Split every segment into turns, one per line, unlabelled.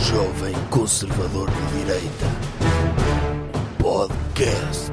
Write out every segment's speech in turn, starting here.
Jovem Conservador de Direita. Podcast.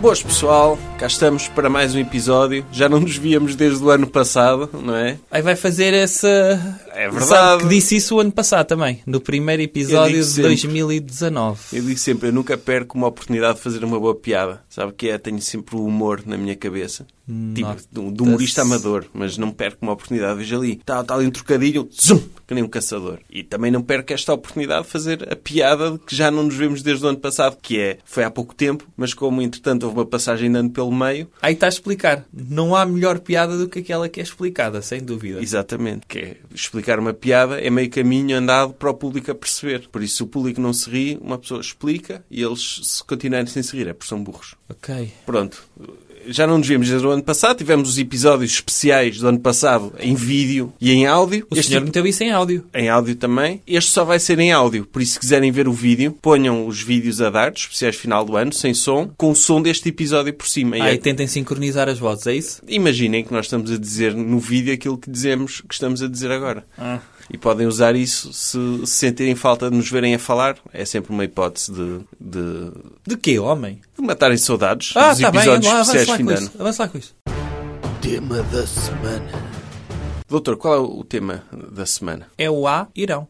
Boas pessoal, cá estamos para mais um episódio. Já não nos víamos desde o ano passado, não é?
Aí vai fazer essa.
É
Sabe que disse isso o ano passado também, no primeiro
Eu
episódio
digo
de
sempre.
2019.
Eu digo sempre, eu nunca perco uma oportunidade de fazer uma boa piada. Sabe o que é? Tenho sempre o humor na minha cabeça. Tipo, de um- de um humorista amador, mas não perco uma oportunidade. Veja ali, está tá ali um trocadilho, zum, que nem um caçador. E também não perco esta oportunidade de fazer a piada de que já não nos vemos desde o ano passado, que é, foi há pouco tempo, mas como entretanto houve uma passagem de ano pelo meio,
Aí está a explicar. Não há melhor piada do que aquela que é explicada, sem dúvida.
Exatamente. Que é explicar uma piada é meio caminho andado para o público a perceber. Por isso, se o público não se ri, uma pessoa explica e eles, se continuarem sem se rir, é porque são burros.
Ok.
Pronto. Já não nos vimos desde o ano passado. Tivemos os episódios especiais do ano passado em vídeo e em áudio.
O
Este tipo-
senhor meteu isso em áudio.
em áudio também. Este só vai ser em áudio, por isso se quiserem ver o vídeo, ponham os vídeos a dar, dos especiais final do ano, sem som, com o som deste episódio por cima. E
Aí
é-
tentem sincronizar as vozes, é isso?
Imaginem que nós estamos a dizer no vídeo aquilo que dizemos que estamos a dizer agora.
Ah.
E podem usar isso se se sentirem falta de nos verem a falar. É sempre uma hipótese de, de,
De quê, homem?
de matarem saudades
Ah,
dos
está bem,
episódios
avança
especiais
lá
de fim
com
de ano.
isso. Avança lá com isso.
Tema da semana.
Doutor, qual é o tema da semana?
É o A, irão.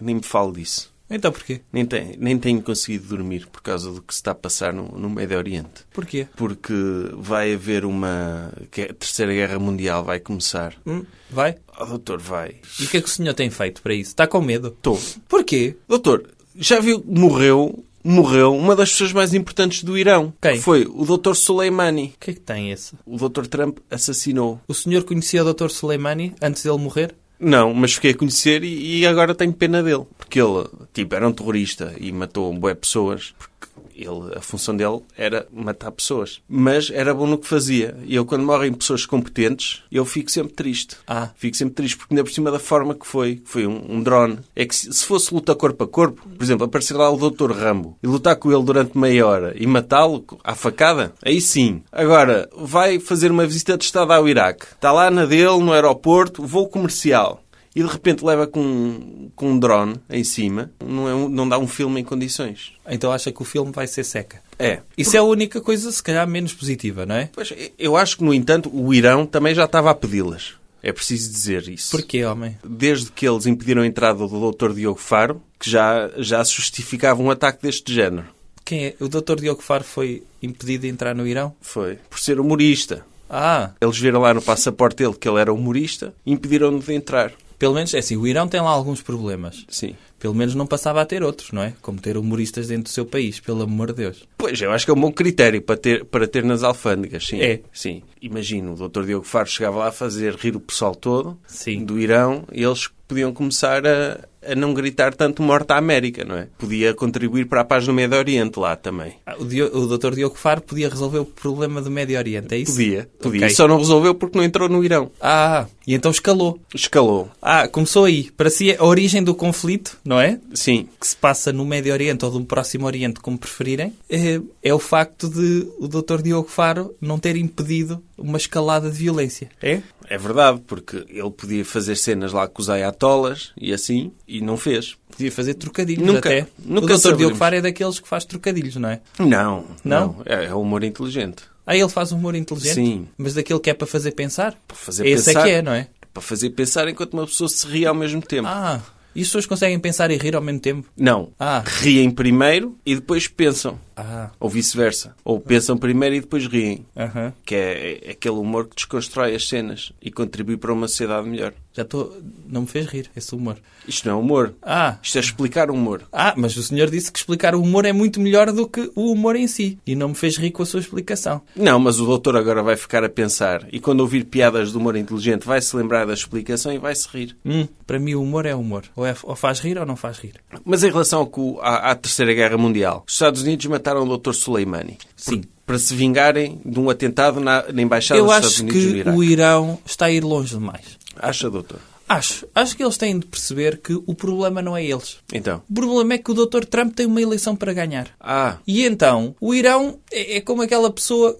Nem me falo disso.
Então porquê?
Nem, tem, nem tenho conseguido dormir por causa do que se está a passar no, no Médio Oriente.
Porquê?
Porque vai haver uma... que a Terceira Guerra Mundial vai começar.
Hum, vai?
Oh, doutor, vai.
E o que é que o senhor tem feito para isso? Está com medo?
Estou.
Porquê?
Doutor, já viu que morreu, morreu uma das pessoas mais importantes do Irão?
Quem?
Que Foi o Dr. Soleimani.
O que é que tem esse?
O Dr. Trump assassinou.
O senhor conhecia o Dr. Soleimani antes dele morrer?
Não, mas fiquei a conhecer e, e agora tenho pena dele. Porque ele, tipo, era um terrorista e matou um bué pessoas. Porque ele, a função dele era matar pessoas. Mas era bom no que fazia. E eu, quando morrem pessoas competentes, eu fico sempre triste.
Ah.
Fico sempre triste, porque ainda por cima da forma que foi, que foi um, um drone. É que se, se fosse luta corpo a corpo, por exemplo, aparecer lá o Dr. Rambo e lutar com ele durante meia hora e matá-lo à facada, aí sim. Agora, vai fazer uma visita de Estado ao Iraque. Está lá na dele, no aeroporto, voo comercial. E de repente leva com, com um drone em cima. Não, é um- não dá um filme em condições.
Então acha que o filme vai ser seca.
É.
Isso é a única coisa, se calhar, menos positiva, não é?
Pois, eu acho que, no entanto, o Irão também já estava a pedi-las. É preciso dizer isso.
Porquê, homem?
desde que eles impediram a entrada do Dr. Diogo Faro, que já, já se justificava um ataque deste género.
Quem é? O Dr. Diogo Faro foi impedido de entrar no Irão?
Foi. Por ser humorista.
Ah,
Eles viram lá no passaporte dele que ele era humorista e impediram-no de entrar.
pelo menos, é assim, o Irão tem lá alguns problemas.
Sim.
Pelo menos não passava a ter outros, não é? Como ter humoristas dentro do seu país, pelo amor de Deus.
Pois, eu acho que é um bom critério para ter, para ter nas alfândegas, sim.
É.
Sim. Imagino, o Dr. Diogo Faro chegava lá a fazer rir o pessoal todo
Sim.
do Irão e eles podiam começar a, a não gritar tanto morta à América, não é? Podia contribuir para a paz no Médio Oriente lá também.
Ah, O, Dio- o Dr. Diogo Faro podia resolver o problema do Médio Oriente, é isso?
Podia, podia.
Ok.
E só não resolveu porque não entrou no Irão.
Ah, e então escalou.
Escalou.
Ah, começou aí. Para si, é a origem do conflito, não é?
Sim.
que se passa no Médio Oriente ou do Próximo Oriente, como preferirem, eh, é o facto de o Dr. Diogo Faro não ter impedido uma escalada de violência. É?
É verdade, porque ele podia fazer cenas lá com os ayatolas e assim, e não fez.
Podia fazer trocadilhos
Nunca-
até.
nunca
o Dr. Diogo
saberemos.
Faro é daqueles que faz trocadilhos, não é?
Não,
Não?
É, é humor inteligente.
Ah, ele faz humor inteligente,
Sim.
mas daquele que é para fazer pensar?
Para fazer
Esse
pensar.
é que é, não é?
Para fazer pensar enquanto uma pessoa se ri ao mesmo tempo.
Ah, e as pessoas conseguem pensar e rir ao mesmo tempo?
Não.
Ah.
Riem primeiro e depois pensam.
Ah,
Ou vice-versa. Ou pensam primeiro e depois riem.
aham.
Que é é aquele humor que desconstrói as cenas e contribui para uma sociedade melhor.
Já estou... Não me fez rir esse humor.
Isto não é humor.
Ah,
Isto é explicar o humor.
Ah, mas o senhor disse que explicar o humor é muito melhor do que o humor em si. E não me fez rir com a sua explicação.
Não, mas o doutor agora vai ficar a pensar. E quando ouvir piadas de humor inteligente, vai se lembrar da explicação e vai se rir.
Hum, para mim o humor é humor. Ou, é- ou faz rir ou não faz rir.
Mas em relação ao cu- à, à Terceira Guerra Mundial, os Estados Unidos mataram o Dr. Soleimani
Sim.
para se vingarem de um atentado na, na Embaixada
Eu
dos
acho
Estados Unidos no
que
Iraque.
o Irão está a ir longe demais.
Acha, doutor?
Acho. Acho que eles têm de perceber que o problema não é eles.
Então.
O problema é que o Dr. Trump tem uma eleição para ganhar.
Ah,
E então, o Irão é, é como aquela pessoa,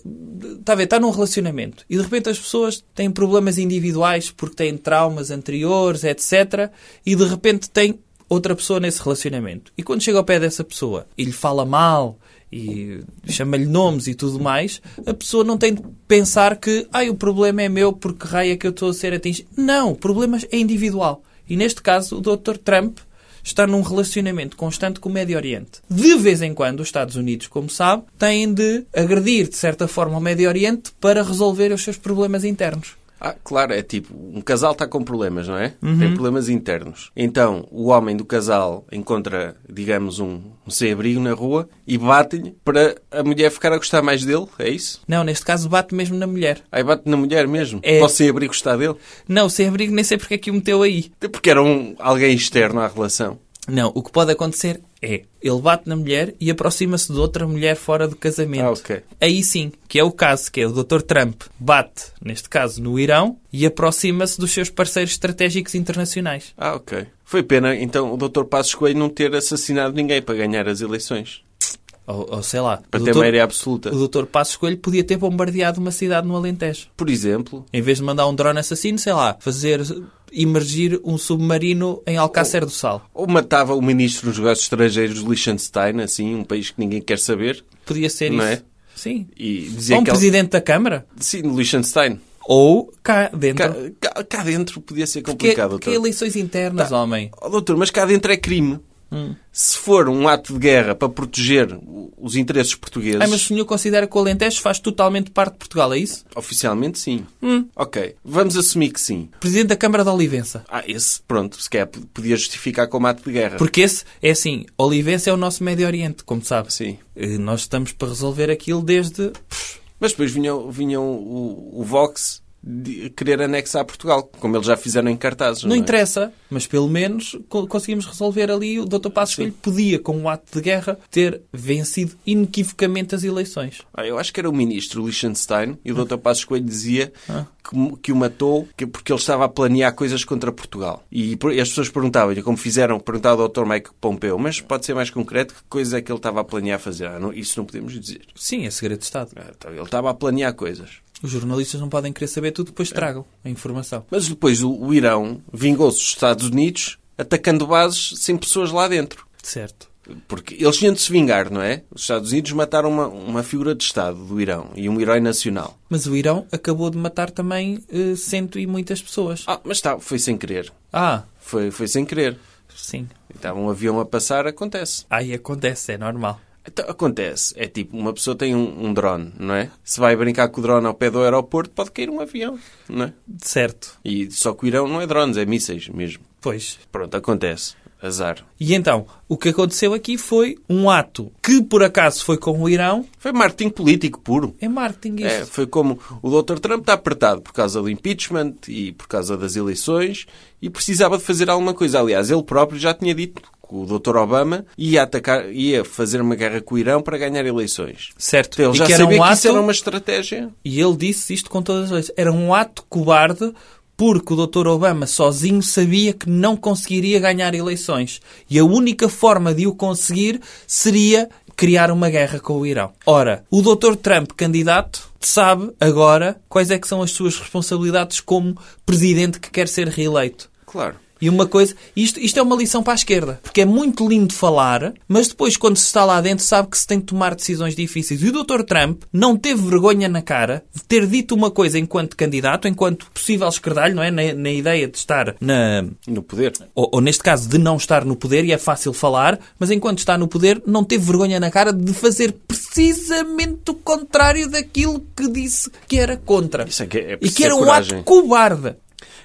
está a ver, está num relacionamento e de repente as pessoas têm problemas individuais porque têm traumas anteriores, etc. E de repente tem outra pessoa nesse relacionamento. E quando chega ao pé dessa pessoa e lhe fala mal e chama-lhe nomes e tudo mais, a pessoa não tem de pensar que ai, o problema é meu porque raio é que eu estou a ser atingido. Não, o problema é individual. E neste caso, o Dr. Trump está num relacionamento constante com o Médio Oriente. De vez em quando, os Estados Unidos, como sabe, têm de agredir, de certa forma, o Médio Oriente para resolver os seus problemas internos.
Ah, claro, é tipo, um casal está com problemas, não é?
Uhum.
Tem problemas internos. Então, o homem do casal encontra, digamos, um, um sem-abrigo na rua e bate-lhe para a mulher ficar a gostar mais dele, é isso?
Não, neste caso, bate mesmo na mulher.
Aí bate na mulher mesmo,
É.
para o sem-abrigo gostar dele.
Não, sem abrigo, nem sei porque é que o meteu aí.
Até Porque era um, alguém externo à relação.
Não, o que pode acontecer é ele bate na mulher e aproxima-se de outra mulher fora do casamento.
Ah, ok.
Aí sim, que é o caso, que é o Dr. Trump bate, neste caso, no Irão e aproxima-se dos seus parceiros estratégicos internacionais.
Ah, ok. Foi pena, então, o Dr. Passos Coelho não ter assassinado ninguém para ganhar as eleições.
Ou, ou sei lá.
Para
o
ter
Dr.
maioria absoluta.
O Dr. Passos Coelho podia ter bombardeado uma cidade no Alentejo.
Por exemplo,
Em vez de mandar um drone assassino, sei lá, fazer emergir um submarino em Alcácer do Sal.
ou matava o ministro dos negócios estrangeiros de Liechtenstein, assim, um país que ninguém quer saber,
Podia ser
Não
isso.
é?
Sim.
e
Ou
dizia
um
que... ele-
presidente da Câmara.
Sim, Liechtenstein.
Ou cá dentro.
Cá, cá- cá dentro podia ser
Então- porque, é
complicado,
porque
doutor.
eleições internas, homem.
Oh, doutor, mas cá dentro é crime.
Hum.
Se for um ato de guerra para proteger o- os interesses portugueses,
Ah, mas o senhor considera que o Alentejo faz totalmente parte de Portugal, é isso?
oficialmente sim.
Hum.
Ok, vamos assumir que sim.
Presidente da Câmara da Olivença.
Ah, esse, pronto, se calhar p- podia justificar como ato de guerra.
Porque esse, é assim, Olivença é o nosso Médio Oriente, como sabe.
Sim.
E Nós estamos para resolver aquilo desde...
Mas depois vinham, vinham o, o Vox de- querer anexar Portugal, como eles já fizeram em cartazes.
Não
é?
interessa, mas pelo menos co- conseguimos resolver ali. O Dr. Passos Coelho podia, com um ato de guerra, ter vencido inequivocamente as eleições.
Ah, eu acho que era o ministro Liechtenstein
Ah.
e o Dr. Passos Coelho dizia que, mo- que o matou que- porque ele estava a planear coisas contra Portugal. E, por- e as pessoas perguntavam-lhe, como fizeram, perguntavam ao Dr. Mike Pompeu, mas pode ser mais concreto, que coisas é que ele estava a planear fazer? Ah, não, isso não podemos dizer.
Sim, é segredo de Estado.
Ah, então, Ele estava a planear coisas.
Os jornalistas não podem querer saber tudo, depois tragam a informação.
Mas depois o, o Irão vingou-se dos Estados Unidos atacando bases sem pessoas lá dentro.
Certo.
Porque eles tinham de se vingar, não é? Os Estados Unidos mataram uma, uma figura de Estado do Irão e um herói nacional.
Mas o Irão acabou de matar também eh, cento e muitas pessoas.
Ah, mas tá, foi sem querer.
Ah,
Foi, foi sem querer.
sim.
Estava um avião a passar, acontece.
Aí acontece, é normal.
Então, acontece. É tipo, uma pessoa tem um, um drone, não é? Se vai brincar com o drone ao pé do aeroporto, pode cair um avião, não é?
Certo.
E só que o Irão não é drones, é mísseis mesmo.
Pois.
Pronto, acontece. Azar.
E então, o que aconteceu aqui foi um ato que, por acaso, foi com o Irão.
Foi marketing político puro.
É marketing isto.
É, foi como o Dr. Trump está apertado por causa do impeachment e por causa das eleições e precisava de fazer alguma coisa. Aliás, ele próprio já tinha dito que o Dr. Obama ia atacar, ia fazer uma guerra com o Irão para ganhar eleições. Então,
Certo.
Ele
e
já
que era
sabia
um
que
ato...
isso era uma estratégia.
E ele disse isto com todas as leis. Era um ato cobarde porque o Dr. Obama sozinho sabia que não conseguiria ganhar eleições. E a única forma de o conseguir seria criar uma guerra com o Irão. Ora, o Dr. Trump, candidato, sabe agora quais é que são as suas responsabilidades como presidente que quer ser reeleito.
Claro.
E uma coisa, isto, isto é uma lição para a esquerda, porque é muito lindo falar, mas depois, quando se está lá dentro, sabe que se tem de tomar decisões difíceis. E o Dr. Trump não teve vergonha na cara de ter dito uma coisa enquanto candidato, enquanto possível escardalho, não é? Na, na ideia de estar na.
No poder.
Ou, ou neste caso, de não estar no poder, e é fácil falar, mas enquanto está no poder, não teve vergonha na cara de fazer precisamente o contrário daquilo que disse que era contra.
Isso é que é- é
e
preciso
que era
ter
um
coragem.
ato covarde.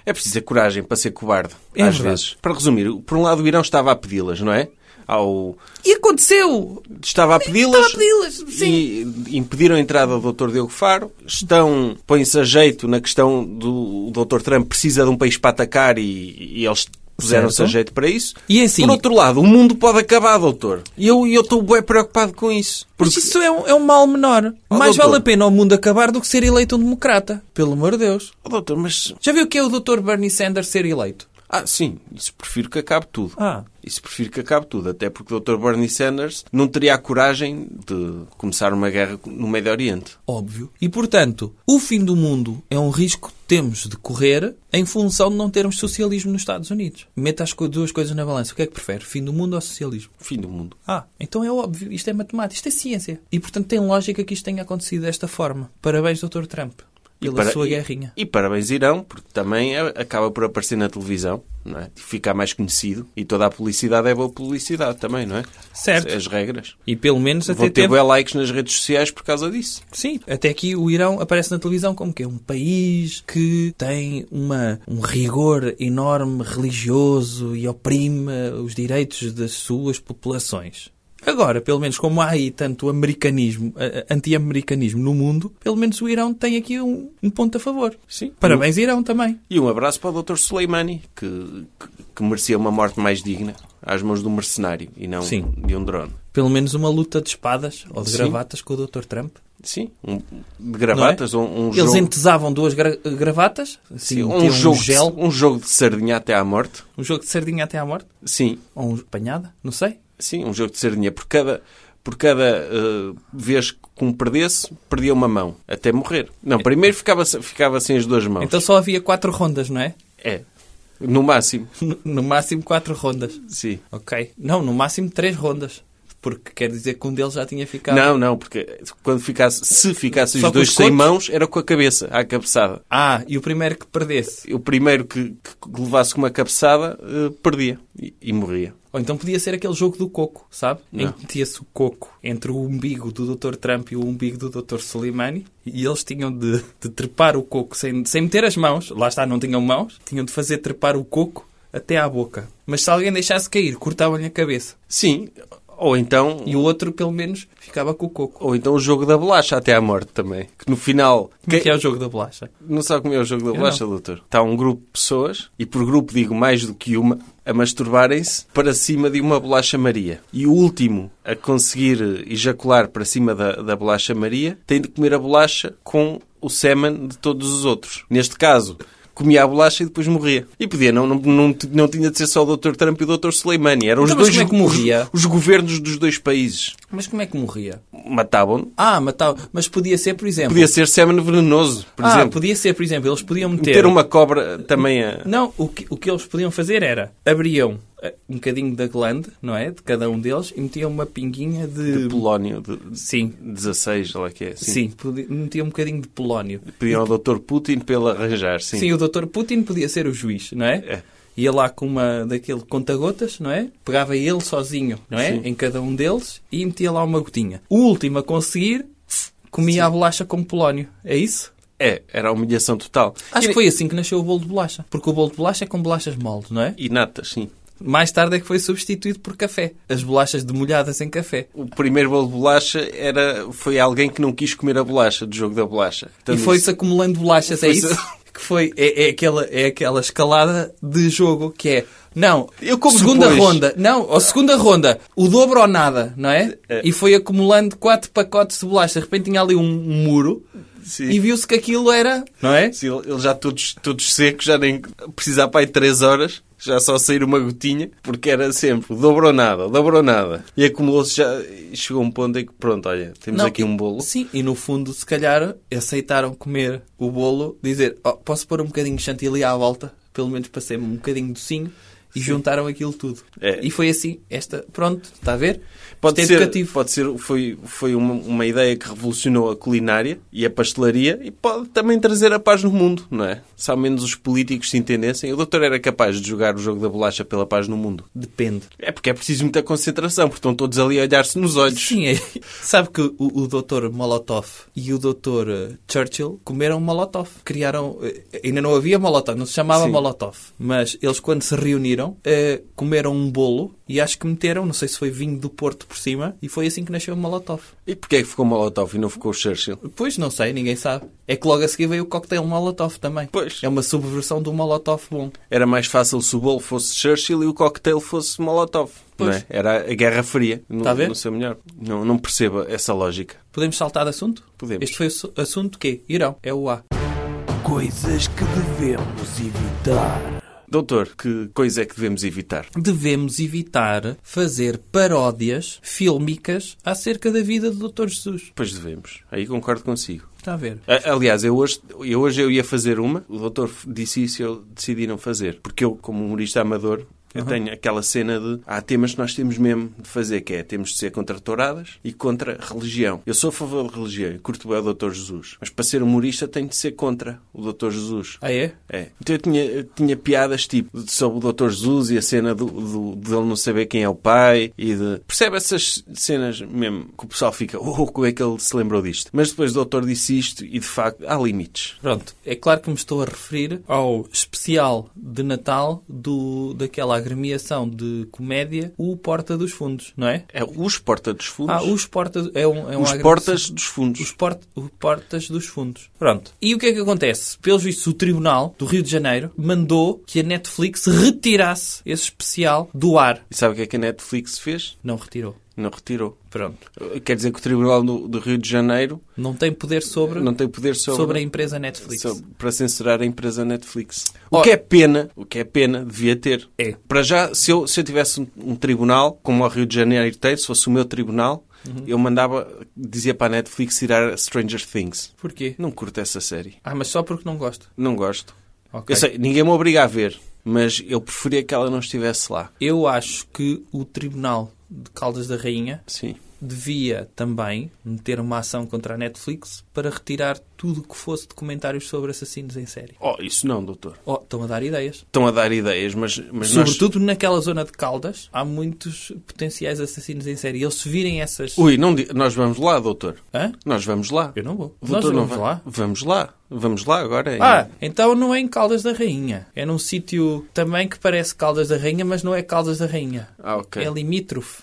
É preciso ter coragem para ser cobarde,
É
às
verdade.
vezes. Para resumir, por um lado o Irão estava a pedi-las, não é? Ao...
E aconteceu!
Estava a
Estava
pedi-las
a pedi-las, sim.
e impediram a entrada do Dr. Diogo Faro. Estão, põem-se a jeito na questão do o Dr. Trump precisa de um país para atacar e, e eles puseram-se a
Certo.
jeito para isso.
E assim-
Por outro lado, o mundo pode acabar, doutor. E eu eu estou bem preocupado com isso.
Mas isso é um, é um mal menor.
Oh,
Mais
doutor.
vale a pena o mundo acabar do que ser eleito um democrata. Pelo amor de Deus.
Oh, doutor, mas
Já viu o que é o Dr. Bernie Sanders ser eleito?
Ah, sim, isso prefiro que acabe tudo.
Ah.
Isso prefiro que acabe tudo, até porque o Dr. Bernie Sanders não teria a coragem de começar uma guerra no Médio Oriente.
Óbvio. E, portanto, o fim do mundo é um risco que temos de correr em função de não termos socialismo nos Estados Unidos. Meta as co- duas coisas na balança. O que é que prefere? Fim do mundo ou socialismo?
Fim do mundo.
Ah, então é óbvio. Isto é matemática. Isto é ciência. E, portanto, tem lógica que isto tenha acontecido desta forma. Parabéns, Dr. Trump, pela
para-
sua guerrinha.
E, parabéns Irão, porque também a- acaba por aparecer na televisão, não é? E ficar mais conhecido. E toda a publicidade é boa publicidade também, não é?
Certo.
As regras.
E, pelo menos, até
Vão ter
teve...
bué likes nas redes sociais por causa disso.
Sim, até aqui o Irão aparece na televisão como que é um país que tem uma, um rigor enorme religioso e oprime os direitos das suas populações. Agora, pelo menos como há aí tanto americanismo, a- a- anti-americanismo no mundo, pelo menos o Irão tem aqui um, um ponto a favor.
Sim.
Parabéns, Irão, também.
E um abraço para o Dr. Soleimani, que, que, que merecia uma morte mais digna às mãos de um mercenário e não
Sim.
de um drone.
Pelo menos uma luta de espadas ou de
Sim.
gravatas com o Dr. Trump.
Sim, um, de gravatas, um, um
é? Eles
jogo,
entesavam duas gra- gravatas, assim,
sim, um,
metiam
jogo de-
gel,
um jogo de sardinha até à morte.
um jogo de sardinha até à morte,
Sim,
ou um apanhada, não sei.
sim, um jogo de sardinha. Por cada, por cada eh, vez que um perdesse, perdia uma mão, até morrer. Não, primeiro ficava, se- ficava sem as duas mãos.
Então só havia quatro rondas, não é?
É, no máximo,
No- No máximo quatro rondas.
sim.
Ok. Não, no máximo três rondas. Porque quer dizer que um deles já tinha ficado.
Não, não, porque quando ficasse, se ficassem
Só
os
com os
dois sem
cotos?
mãos, era com a cabeça, à cabeçada.
Ah, e o primeiro que perdesse.
O primeiro que, que levasse com uma cabeçada eh, perdia e, e morria.
Ou então podia ser aquele jogo do coco, sabe? Em
Não.
que metia-se o coco entre o umbigo do Dr. Trump e o umbigo do Dr. Soleimani e eles tinham de, de trepar o coco sem, sem meter as mãos. Lá está, não tinham mãos. Tinham de fazer trepar o coco até à boca. Mas se alguém deixasse cair, cortavam-lhe a cabeça.
Sim, ou então.
E o outro, pelo menos, ficava com o coco.
Ou então o jogo da bolacha até à morte também. Que no final.
Como é
quem-
que é o jogo da bolacha?
Não sabe como é o jogo da bolacha, doutor? Está um grupo de pessoas, e por grupo digo mais do que uma, a masturbarem-se para cima de uma bolacha Maria. E o último a conseguir ejacular para cima da, da bolacha Maria tem de comer a bolacha com o sêmen de todos os outros. Neste caso. Comia a bolacha e depois morria. E podia, não, não, não, não tinha de ser só o Dr. Trump e o Dr. Soleimani. Eram os
Então, mas
dois
como é que morria?
Os, os governos dos dois países.
Mas como é que morria?
Matavam-no.
Ah, matava. Mas podia ser, por exemplo.
Podia ser sêmen venenoso, por
ah,
exemplo.
podia ser, por exemplo, eles podiam meter.
Ter uma cobra também a...
Não, o que, o que eles podiam fazer era abriam eh, um bocadinho da glande, não é? De cada um deles e metiam uma pinguinha de.
de Polónio, de de
Sim.
16, lá que é. Sim.
Hum. Sim, podi- metiam um bocadinho de polónio.
Pediram ao Dr. Putin para ele arranjar, sim.
Sim. o Dr. Putin podia ser o juiz, não é?
É.
Ia lá com uma daquele conta-gotas, não é? Pegava ele sozinho, não é?
Sim.
Em cada um deles e metia lá uma gotinha. O último a conseguir comia a bolacha com polónio. É isso?
É, era a humilhação total.
Acho
e,
que foi assim que nasceu o bolo de bolacha. Porque o bolo de bolacha é com bolachas molde, não é?
E natas, sim.
Mais tarde é que foi substituído por café. As bolachas demolhadas em café.
O primeiro bolo de bolacha era, foi alguém que não quis comer a bolacha, do jogo da bolacha. Então, Portanto,
e foi-se acumulando bolachas, é
Foi-se-
isso? Que foi, é, é aquela, é aquela escalada de jogo que é... Não,
Eu como
segunda
depois.
ronda, não, ou segunda ronda, o dobro ou nada, não é?
É.
E foi acumulando quatro pacotes de bolachas. De repente tinha ali um, um muro
Sim.
e viu-se que aquilo era, não é?
se ele ele já todos, todos secos, já nem precisava para aí 3 horas, já só sair uma gotinha, porque era sempre dobrou nada, dobrou nada. E acumulou-se já, e chegou um ponto em que, pronto, olha, temos
Não,
aqui um bolo.
Sim, e no fundo, se calhar, aceitaram comer o bolo, dizer, "Oh, posso pôr um bocadinho de chantilly à volta, pelo menos para ser um bocadinho docinho, e juntaram aquilo tudo.
É.
E foi assim, esta, pronto, está a ver?
Pode
Isto é
ser,
educativo.
pode ser, foi, foi uma, uma ideia que revolucionou a culinária e a pastelaria e pode também trazer a paz no mundo, não é? Se ao menos os políticos se entendessem, o doutor era capaz de jogar o jogo da bolacha pela paz no mundo.
Depende.
É porque é preciso muita concentração, porque estão todos ali a olhar-se nos olhos.
Sim, é. sabe que o, o Dr. Molotov e o Dr. eh, Churchill comeram Molotov. Criaram. eh, Ainda não havia Molotov, não se chamava
Sim.
Molotov. Mas eles, quando se reuniram, eh, comeram um bolo e acho que meteram, não sei se foi vinho do Porto por cima, e foi assim que nasceu o Molotov.
E porquê é que ficou Molotov e não ficou Churchill?
Pois, não sei, ninguém sabe. É que logo a seguir veio o cocktail Molotov também.
Pois.
É uma subversão do Molotov bom.
Era mais fácil se o bolo fosse Churchill e o cocktail fosse Molotov. Não
Pois.
é? Era a Guerra Fria, no,
Está a ver?
no seu melhor. Não, não percebo essa lógica.
Podemos saltar de assunto?
Podemos.
Este foi o su- assunto que Irão, é o A.
Coisas que devemos evitar.
Doutor, que coisa é que devemos evitar?
Devemos evitar fazer paródias fílmicas acerca da vida do Dr. Jesus.
Pois devemos. Aí concordo consigo.
Está a ver?
A- Aliás, eu hoje, eu hoje eu ia fazer uma, o doutor disse isso e eu decidi não fazer. Porque eu, como humorista amador, eu tenho aquela cena de há temas que nós temos mesmo de fazer, que é temos de ser contra touradas e contra religião. Eu sou a favor de religião, eu curto bem o doutor Jesus. Mas para ser humorista tenho de ser contra o doutor Jesus.
Ah, é?
É. Então eu tinha, eu tinha piadas tipo sobre o Dr. Jesus e a cena do, do, dele não saber quem é o pai e de. Percebe essas cenas mesmo que o pessoal fica, oh, como é que ele se lembrou disto? Mas depois o doutor disse isto e de facto há limites.
Pronto, é claro que me estou a referir ao especial de Natal do, daquela agremiação de comédia, o Porta dos Fundos, não é?
É os porta dos fundos.
Ah, os Portas... É um, é uma
os
agremiação-
portas dos fundos.
Os port- o Portas dos Fundos. Pronto. E o que é que acontece? Pelos vistos, o Tribunal do Rio de Janeiro mandou que a Netflix retirasse esse especial do ar.
E sabe o que é que a Netflix fez?
Não retirou.
Não retirou.
Pronto.
Quer dizer que o Tribunal do, do Rio de Janeiro
Não tem poder sobre,
não tem poder sobre,
sobre a empresa Netflix.
Só para censurar a empresa Netflix. O
Ora-
que é pena, o que é pena, devia ter.
É.
Para já, se eu, se eu tivesse um, um tribunal, como o Rio de Janeiro inteiro, se fosse o meu tribunal,
Uhum.
eu mandava, dizia para a Netflix tirar Stranger Things.
Porquê?
Não curto essa série.
Ah, mas só porque não gosto.
Não gosto.
Ok.
Eu sei, ninguém me obriga a ver, mas eu preferia que ela não estivesse lá.
Eu acho que o Tribunal de Caldas da Rainha
Sim.
devia também meter uma ação contra a Netflix para retirar tudo o que fosse documentários sobre assassinos em série.
Oh, isso não, doutor.
Oh, estão a dar ideias.
Estão a dar ideias, mas, mas nós...
Sobretudo naquela zona de Caldas, há muitos potenciais assassinos em série. Eles se virem essas...
Ui, não, di- nós vamos lá, doutor.
Hã?
Nós vamos lá.
Eu não vou.
O
Nós
doutor não
vamos
vai-
lá.
Vamos lá. Vamos lá agora. em-
Ah, então não é em Caldas da Rainha. É num sítio também que parece Caldas da Rainha, mas não é Caldas da Rainha.
Ah, ok.
É limítrofe.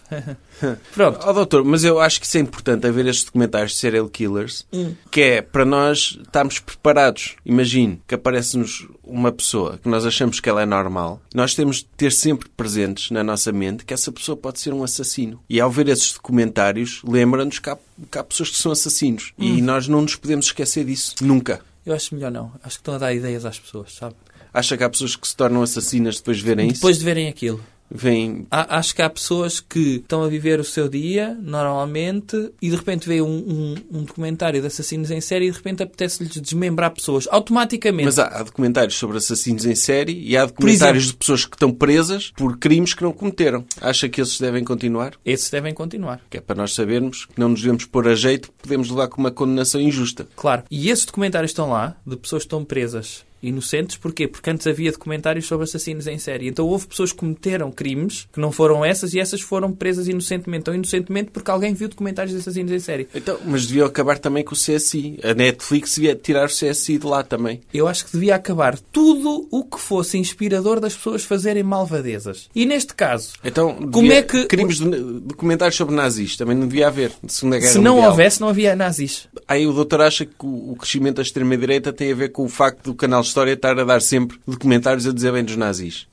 Pronto.
Ó doutor, mas eu acho que isso é importante haver estes documentários de serial killers, que é para nós estarmos preparados. Imagine que aparece-nos uma pessoa que nós achamos que ela é normal. Nós temos de ter sempre presentes na nossa mente que essa pessoa pode ser um assassino. E ao ver esses documentários, lembra-nos que, há- que há pessoas que são assassinos. E nós não nos podemos esquecer disso. Nunca.
Eu acho melhor não. Acho que estão a dar ideias às pessoas, sabe?
Acha que há pessoas que se tornam assassinas depois de verem
Depois de verem aquilo.
isso? Vêm
Há- acho que há pessoas que estão a viver o seu dia, normalmente, e de repente vê um, um, um documentário de assassinos em série e de repente apetece-lhes desmembrar pessoas. Automaticamente.
Mas há, há documentários sobre assassinos em série e há documentários de pessoas que estão presas por crimes que não cometeram. Acha que esses devem continuar?
Esses devem continuar.
Que é para nós sabermos que não nos devemos pôr a jeito, podemos levar com uma condenação injusta.
Claro. E esses documentários estão lá, de pessoas que estão presas inocentes. Porquê? Porque antes havia documentários sobre assassinos em série. Então houve pessoas que cometeram crimes que não foram essas e essas foram presas inocentemente. Ou inocentemente porque alguém viu documentários de assassinos em série.
Então, mas devia acabar também com o CSI. A Netflix devia tirar o CSI de lá também.
Eu acho que devia acabar tudo o que fosse inspirador das pessoas fazerem malvadezas. E neste caso,
Então,
Como
devia-
é que-
crimes de- documentários sobre nazis também não devia haver. De Segunda Guerra
se não
Mundial.
houvesse, não havia nazis.
Aí o doutor acha que o o crescimento da extrema-direita tem a ver com o facto do canal História estar a dar sempre documentários a dizer bem dos nazis.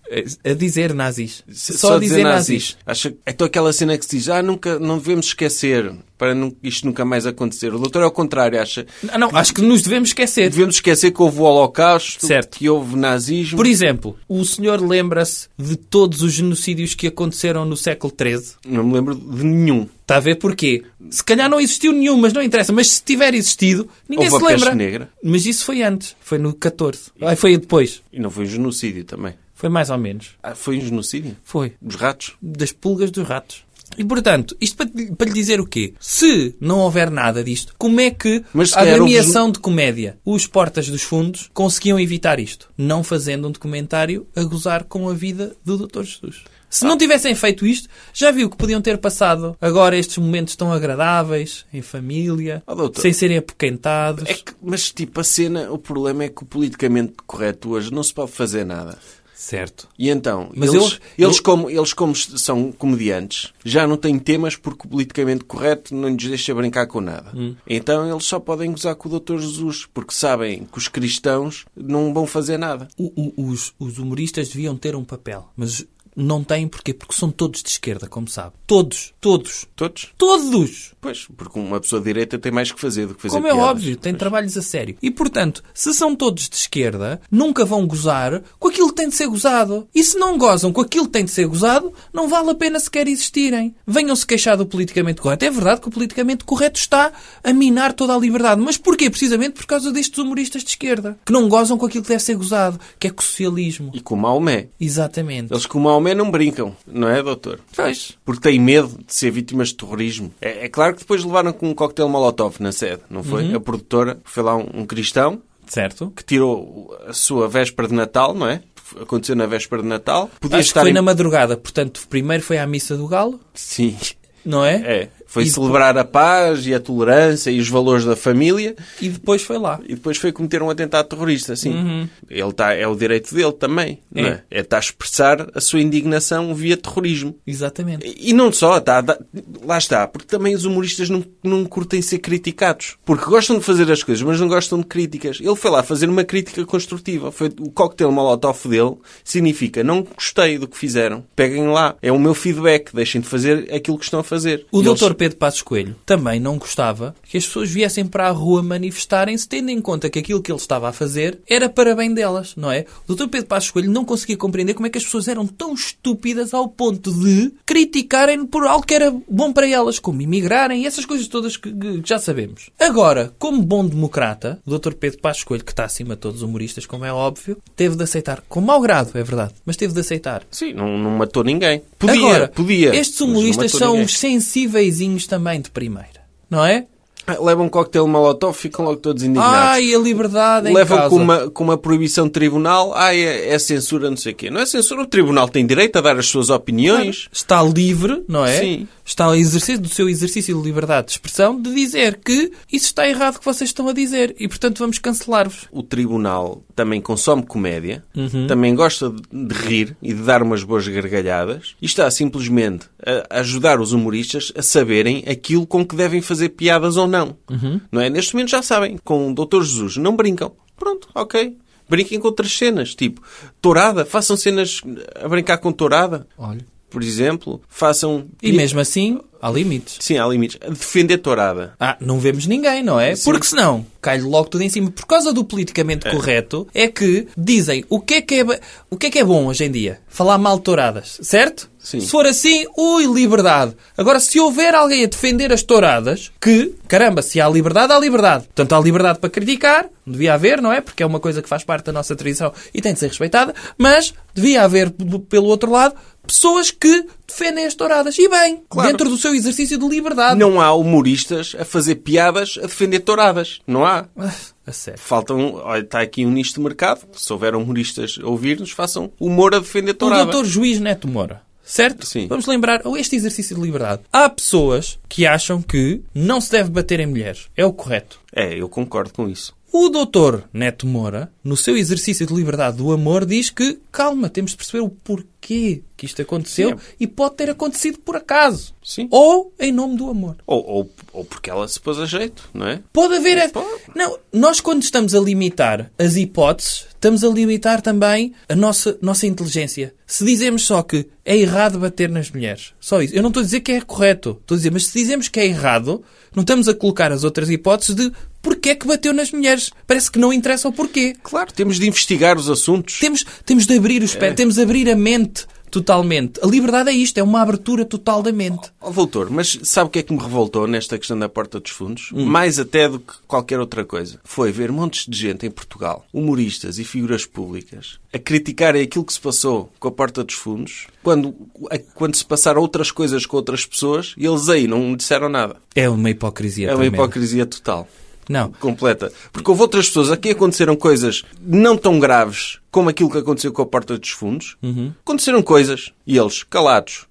A dizer nazis.
Se-
É, Só, a dizer nazis.
Acha, então aquela cena que se diz, ah, nunca, não devemos esquecer para nu- isto nunca mais acontecer. O doutor, ao contrário, acha
Ah, Não, acho que nos devemos esquecer.
devemos esquecer que houve o Holocausto,
Certo.
que houve nazismo.
Por exemplo, o senhor lembra-se de todos os genocídios que aconteceram no século XIII?
Não me lembro de nenhum.
Está a ver porquê? Se calhar não existiu nenhum, mas não interessa. Mas se tiver existido, ninguém
Houve
se
a peste
lembra.
negra.
Mas isso foi antes. Foi no 14. Ah, foi depois.
E não foi um genocídio também.
Foi mais ou menos.
Ah, foi um genocídio?
Foi.
Dos ratos?
das pulgas dos ratos. E, portanto, isto para, lhe- para lhe dizer o quê? Se não houver nada disto, como é que
Mas se
a
calhar
agremiação de comédia, os portas dos fundos, conseguiam evitar isto? Não fazendo um documentário a gozar com a vida do Dr. Jesus. Se
Ah.
não tivessem feito isto, já viu que podiam ter passado agora estes momentos tão agradáveis, em família,
Oh, doutor.
sem serem apoquentados.
É que, mas tipo, a cena, o problema é que o politicamente correto hoje não se pode fazer nada.
Certo.
E então,
Mas
eles,
eu-
eles,
eu-
como, eles como s- são comediantes, já não têm temas porque o politicamente correto não lhes deixa brincar com nada.
Hum.
Então eles só podem gozar com o Dr. Jesus, porque sabem que os cristãos não vão fazer nada.
O- o- os, os humoristas deviam ter um papel, mas Não têm porquê? Porque são todos de esquerda, como sabe. Todos, todos,
Todos?
todos!
Pois, porque uma pessoa de direita tem mais que fazer do que fazer
Como é
piadas.
óbvio, têm trabalhos a sério. E, portanto, se são todos de esquerda, nunca vão gozar com aquilo que tem de ser gozado. E se não gozam com aquilo que tem de ser gozado, não vale a pena sequer existirem. Venham-se queixar do politicamente correto. É verdade que o politicamente correto está a minar toda a liberdade. Mas porquê? Precisamente por causa destes humoristas de esquerda, que não gozam com aquilo que deve ser gozado, que é com o socialismo.
E com o Maomé.
Exatamente.
Eles com o Maomé não brincam, não é, doutor?
Pois.
Porque têm medo de ser vítimas de terrorismo. É, é claro que depois levaram com um coquetel Molotov na sede, não foi?
Uhum.
A produtora foi lá um, um cristão
Certo?
que tirou a sua véspera de Natal, não é? Aconteceu na véspera de Natal. Podia
Acho que
estar
foi
em-
na madrugada. Portanto, primeiro foi à missa do galo,
Sim.
não é?
É. Foi
E
celebrar a paz e a tolerância e os valores da família
E depois foi lá.
e depois foi cometer um atentado terrorista, sim.
Uhum.
Ele tá, é o direito dele também, não é? É estar a expressar a sua indignação via terrorismo.
Exatamente.
E e não só, tá, dá- lá está, porque também os humoristas não, não curtem ser criticados. Porque gostam de fazer as coisas, mas não gostam de críticas. Ele foi lá fazer uma crítica construtiva. Foi, o cocktail molotov dele significa não gostei do que fizeram. Peguem lá. É o meu feedback. Deixem de fazer aquilo que estão a fazer. E
O
eles-
doutor Pedro Passos Coelho também não gostava que as pessoas viessem para a rua manifestarem-se, tendo em conta que aquilo que ele estava a fazer era para bem delas, não é? O doutor Pedro Passos Coelho não conseguia compreender como é que as pessoas eram tão estúpidas ao ponto de criticarem por algo que era bom para elas, como imigrarem e essas coisas todas que, que- que já sabemos. Agora, como bom democrata, o doutor Pedro Passos Coelho, que está acima de todos os humoristas, como é óbvio, teve de aceitar, com mau grado, é verdade, mas teve de aceitar
Sim, não, não matou ninguém. Podia,
Agora,
podia.
estes
mas não
humoristas
matou
são
ninguém.
uns sensíveis também de primeira, não é?
Ah, Levam um cocktail molotov, ficam logo todos indignados.
Ai, a liberdade em
levam
causa.
com uma, com uma proibição de tribunal, ah, é, é censura, não sei o quê. Não é censura, o tribunal tem direito a dar as suas opiniões.
Está livre, não é?
Sim.
Está ao exercício do seu exercício de liberdade de expressão de dizer que isso está errado que vocês estão a dizer e, portanto, vamos cancelar-vos.
O tribunal também consome comédia,
Uhum.
também gosta de- de rir e de dar umas boas gargalhadas e está simplesmente a ajudar os humoristas a saberem aquilo com que devem fazer piadas ou não.
Uhum.
Não é? Neste momento já sabem, com o Dr. Jesus não brincam. Pronto, ok. Brinquem com outras cenas, tipo tourada, façam cenas a brincar com tourada.
Olha.
Por exemplo, façam
E mesmo assim, há limites.
Sim, há limites. Defender tourada.
Ah, não vemos ninguém, não é? Porque senão cai-lhe logo tudo em cima. Por causa do politicamente correto, é que dizem o que é que é, ba- o que é que é bom hoje em dia? Falar mal de touradas, certo?
Sim.
Se for assim, ui, liberdade. Agora, se houver alguém a defender as touradas, que, caramba, se há liberdade, há liberdade. Portanto, há liberdade para criticar, devia haver, não é? Porque é uma coisa que faz parte da nossa tradição e tem de ser respeitada, mas devia haver, p- pelo outro lado, pessoas que defendem as touradas. E bem,
Claro.
dentro do seu exercício de liberdade.
Não há humoristas a fazer piadas a defender touradas. Não há.
Ah, A sério.
Faltam. Olha, está aqui um nicho de mercado. Se houver humoristas a ouvir-nos, façam humor a defender tourada.
Então, O doutor Juiz Neto Moura. Certo?
Sim.
Vamos lembrar este exercício de liberdade. Há pessoas que acham que não se deve bater em mulheres. É o correto.
É, eu concordo com isso.
O doutor Neto Moura, no seu exercício de liberdade do amor, diz que, calma, temos de perceber o porquê que isto aconteceu
Sim. é-
e pode ter acontecido por acaso.
Sim.
Ou em nome do amor.
Ou, ou, ou porque ela se pôs a jeito, não é?
Pode haver. é-
Pode.
Não, nós quando estamos a limitar as hipóteses, estamos a limitar também a nossa, nossa inteligência. Se dizemos só que é errado bater nas mulheres, só isso. Eu não estou a dizer que é correto, estou a dizer, mas se dizemos que é errado, não estamos a colocar as outras hipóteses de porque é que bateu nas mulheres. Parece que não interessa o porquê.
Claro, temos de investigar os assuntos.
Temos, temos de abrir o espectro, temos de abrir a mente totalmente. A liberdade é isto, é uma abertura total da mente.
Ó, doutor, mas sabe o que é que me revoltou nesta questão da Porta dos Fundos? Mais até do que qualquer outra coisa. Foi ver montes de gente em Portugal, humoristas e figuras públicas, a criticarem aquilo que se passou com a Porta dos Fundos, quando, a- quando se passaram outras coisas com outras pessoas, e eles aí não disseram nada.
É uma hipocrisia
É uma
tremenda.
hipocrisia total.
Não.
Completa. Porque houve outras pessoas a quem aconteceram coisas não tão graves como aquilo que aconteceu com a Porta dos Fundos.
Uhum.
Aconteceram coisas e eles calados.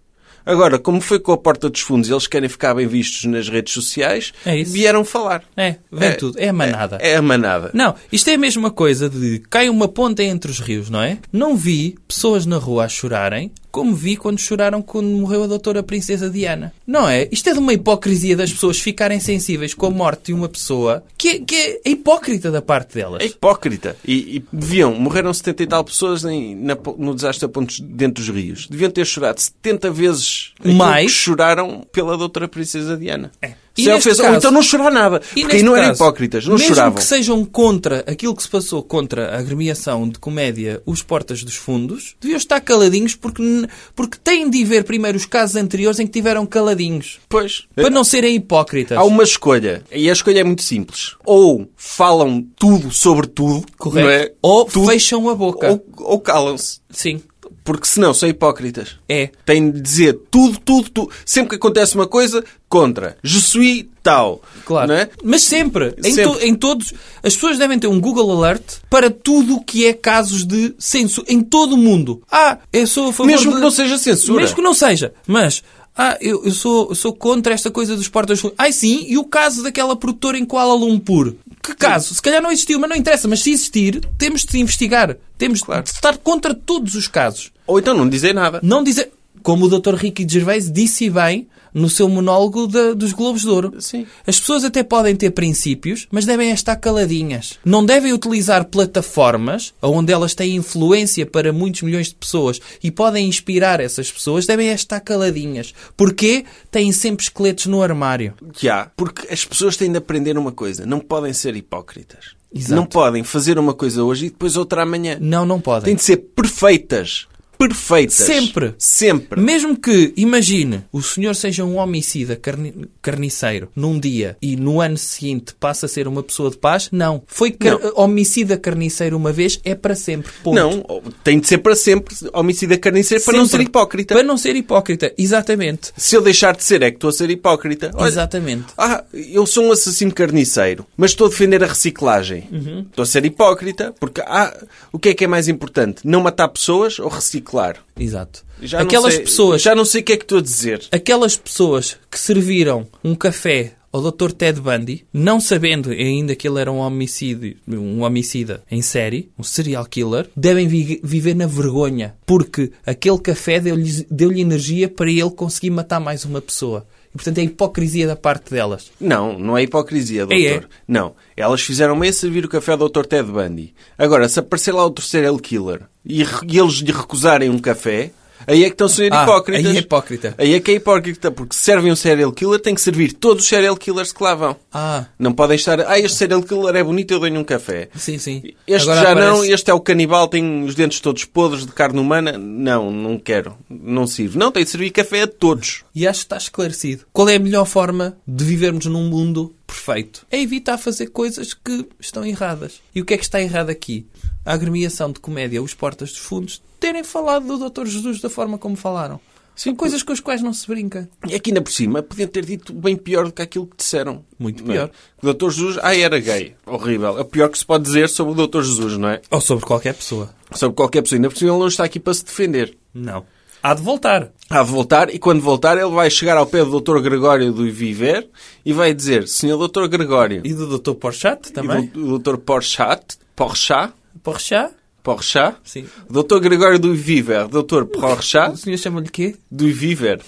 Agora, como foi com a Porta dos Fundos, eles querem ficar bem vistos nas redes sociais,
É isso.
vieram falar.
É, vem tudo. É a manada.
É, é a manada.
Não, isto é a mesma coisa de cai uma ponta entre os rios, não é? Não vi pessoas na rua a chorarem como vi quando choraram quando morreu a doutora Princesa Diana. Não é? Isto é de uma hipocrisia das pessoas ficarem sensíveis com a morte de uma pessoa que é, que é hipócrita da parte delas.
É hipócrita. E, e deviam, morreram 70 e tal pessoas em- na- no desastre a pontos dentro dos rios. Deviam ter chorado 70 vezes aquilo
Mais.
que choraram pela doutora Princesa Diana.
E
Se é
neste
ofensa-
caso-
ou então não chorar nada. porque
E
aí
neste
não eram
caso,
hipócritas, não
mesmo
choravam.
que sejam contra aquilo que se passou contra a agremiação de comédia Os Portas dos Fundos, deviam estar caladinhos porque, n- porque têm de ir ver primeiro os casos anteriores em que tiveram caladinhos.
Pois.
Para não serem hipócritas.
É- Há uma escolha. E a escolha é muito simples. Ou falam tudo sobre tudo,
Correto.
não é?
Ou
Tudo.
fecham a boca.
Ou, ou calam-se.
Sim.
Porque senão são hipócritas.
É.
Têm de dizer tudo, tudo, tudo. Sempre que acontece uma coisa, contra. Je suis tal.
Claro.
Não é?
Mas sempre, em,
Sempre.
to- em todos, as pessoas devem ter um Google Alert para tudo o que é casos de censura em todo o mundo. Ah, eu sou a favor
Mesmo
de-
que não seja censura.
Mesmo que não seja, mas ah, eu, eu sou, eu sou contra esta coisa dos portas fundos. Ai sim, e o caso daquela produtora em Kuala Lumpur? Que caso? Se calhar não existiu, mas não interessa. Mas se existir, temos de investigar. Temos de estar contra todos os casos.
Ou então não dizem nada.
Não dizer. Como o Dr. Ricky Gervais disse bem no seu monólogo da- dos Globos de Ouro.
Sim.
As pessoas até podem ter princípios, mas devem estar caladinhas. Não devem utilizar plataformas onde elas têm influência para muitos milhões de pessoas e podem inspirar essas pessoas, devem estar caladinhas. Porque têm sempre esqueletos no armário.
que há, porque as pessoas têm de aprender uma coisa: não podem ser hipócritas.
Exato.
Não podem fazer uma coisa hoje e depois outra amanhã.
Não, não podem.
Têm de ser perfeitas. Perfeitas.
Sempre.
Sempre.
Mesmo que, imagine, o senhor seja um homicida carni- carniceiro num dia e no ano seguinte passa a ser uma pessoa de paz, não. Foi car- homicida carniceiro uma vez, é para sempre. Ponto.
Não, tem de ser para sempre homicida carniceiro para não ser
Sempre.
hipócrita.
Para não ser hipócrita, exatamente.
Se eu deixar de ser, é que estou a ser hipócrita. Olha,
Exatamente.
Ah, eu sou um assassino carniceiro, mas estou a defender a reciclagem.
Uhum.
Estou a ser hipócrita, porque ah, o que é que é mais importante? Não matar pessoas ou reciclar?
Exato.
Já não
aquelas
sei-
pessoas,
Já não sei o que é que estou a dizer.
aquelas pessoas que serviram um café ao Dr. Ted Bundy, não sabendo ainda que ele era um homicídio, um homicida em série, um serial killer, devem vi- viver na vergonha, porque aquele café deu-lhe deu-lhe energia para ele conseguir matar mais uma pessoa. E portanto é hipocrisia da parte delas.
Não, não é hipocrisia, doutor.
É, é.
Não. Elas fizeram meio servir o café ao Dr. Ted Bundy. Agora, se aparecer lá outro serial killer e, re- e eles lhe recusarem um café, aí é que estão a ser
Ah,
hipócritas.
aí é hipócrita.
Aí é que é hipócrita, porque se servem um serial killer, tem que servir todos os serial killers que lá vão.
Ah,
Não podem estar... Ah, este serial killer é bonito, eu dei-lhe um café.
sim, sim.
Este
Agora
já
aparece-
não, este é o canibal, tem os dentes todos podres de carne humana. Não, não quero. Não sirvo. Não, tem de servir café a todos.
E acho que está esclarecido. Qual é a melhor forma de vivermos num mundo perfeito? É evitar fazer coisas que estão erradas. E o que é que está errado aqui? A agremiação de comédia, os portas dos fundos, terem falado do Dr. Jesus da forma como falaram. São coisas com as quais não se brinca.
E aqui ainda por cima, podiam ter dito bem pior do que aquilo que disseram.
Muito
Não
pior.
É? O Dr. Jesus, ah, era gay. Horrível. É o pior que se pode dizer sobre o Dr. Jesus, não é?
Ou sobre qualquer pessoa.
Sobre qualquer pessoa. Ainda por cima, ele não está aqui para se defender.
Não. Há de voltar.
Há de voltar e quando voltar, ele vai chegar ao pé do Dr. Gregório do Viver e vai dizer, senhor Dr. Gregório
E do Dr. Porchat também.
e do Dr. Porchat, Porchat,
Porchat?
Porchat,
Sim.
o Dr. Gregório do Viver, Dr.
Ah, O
Porchat
senhor chama-lhe quê?
do Viver,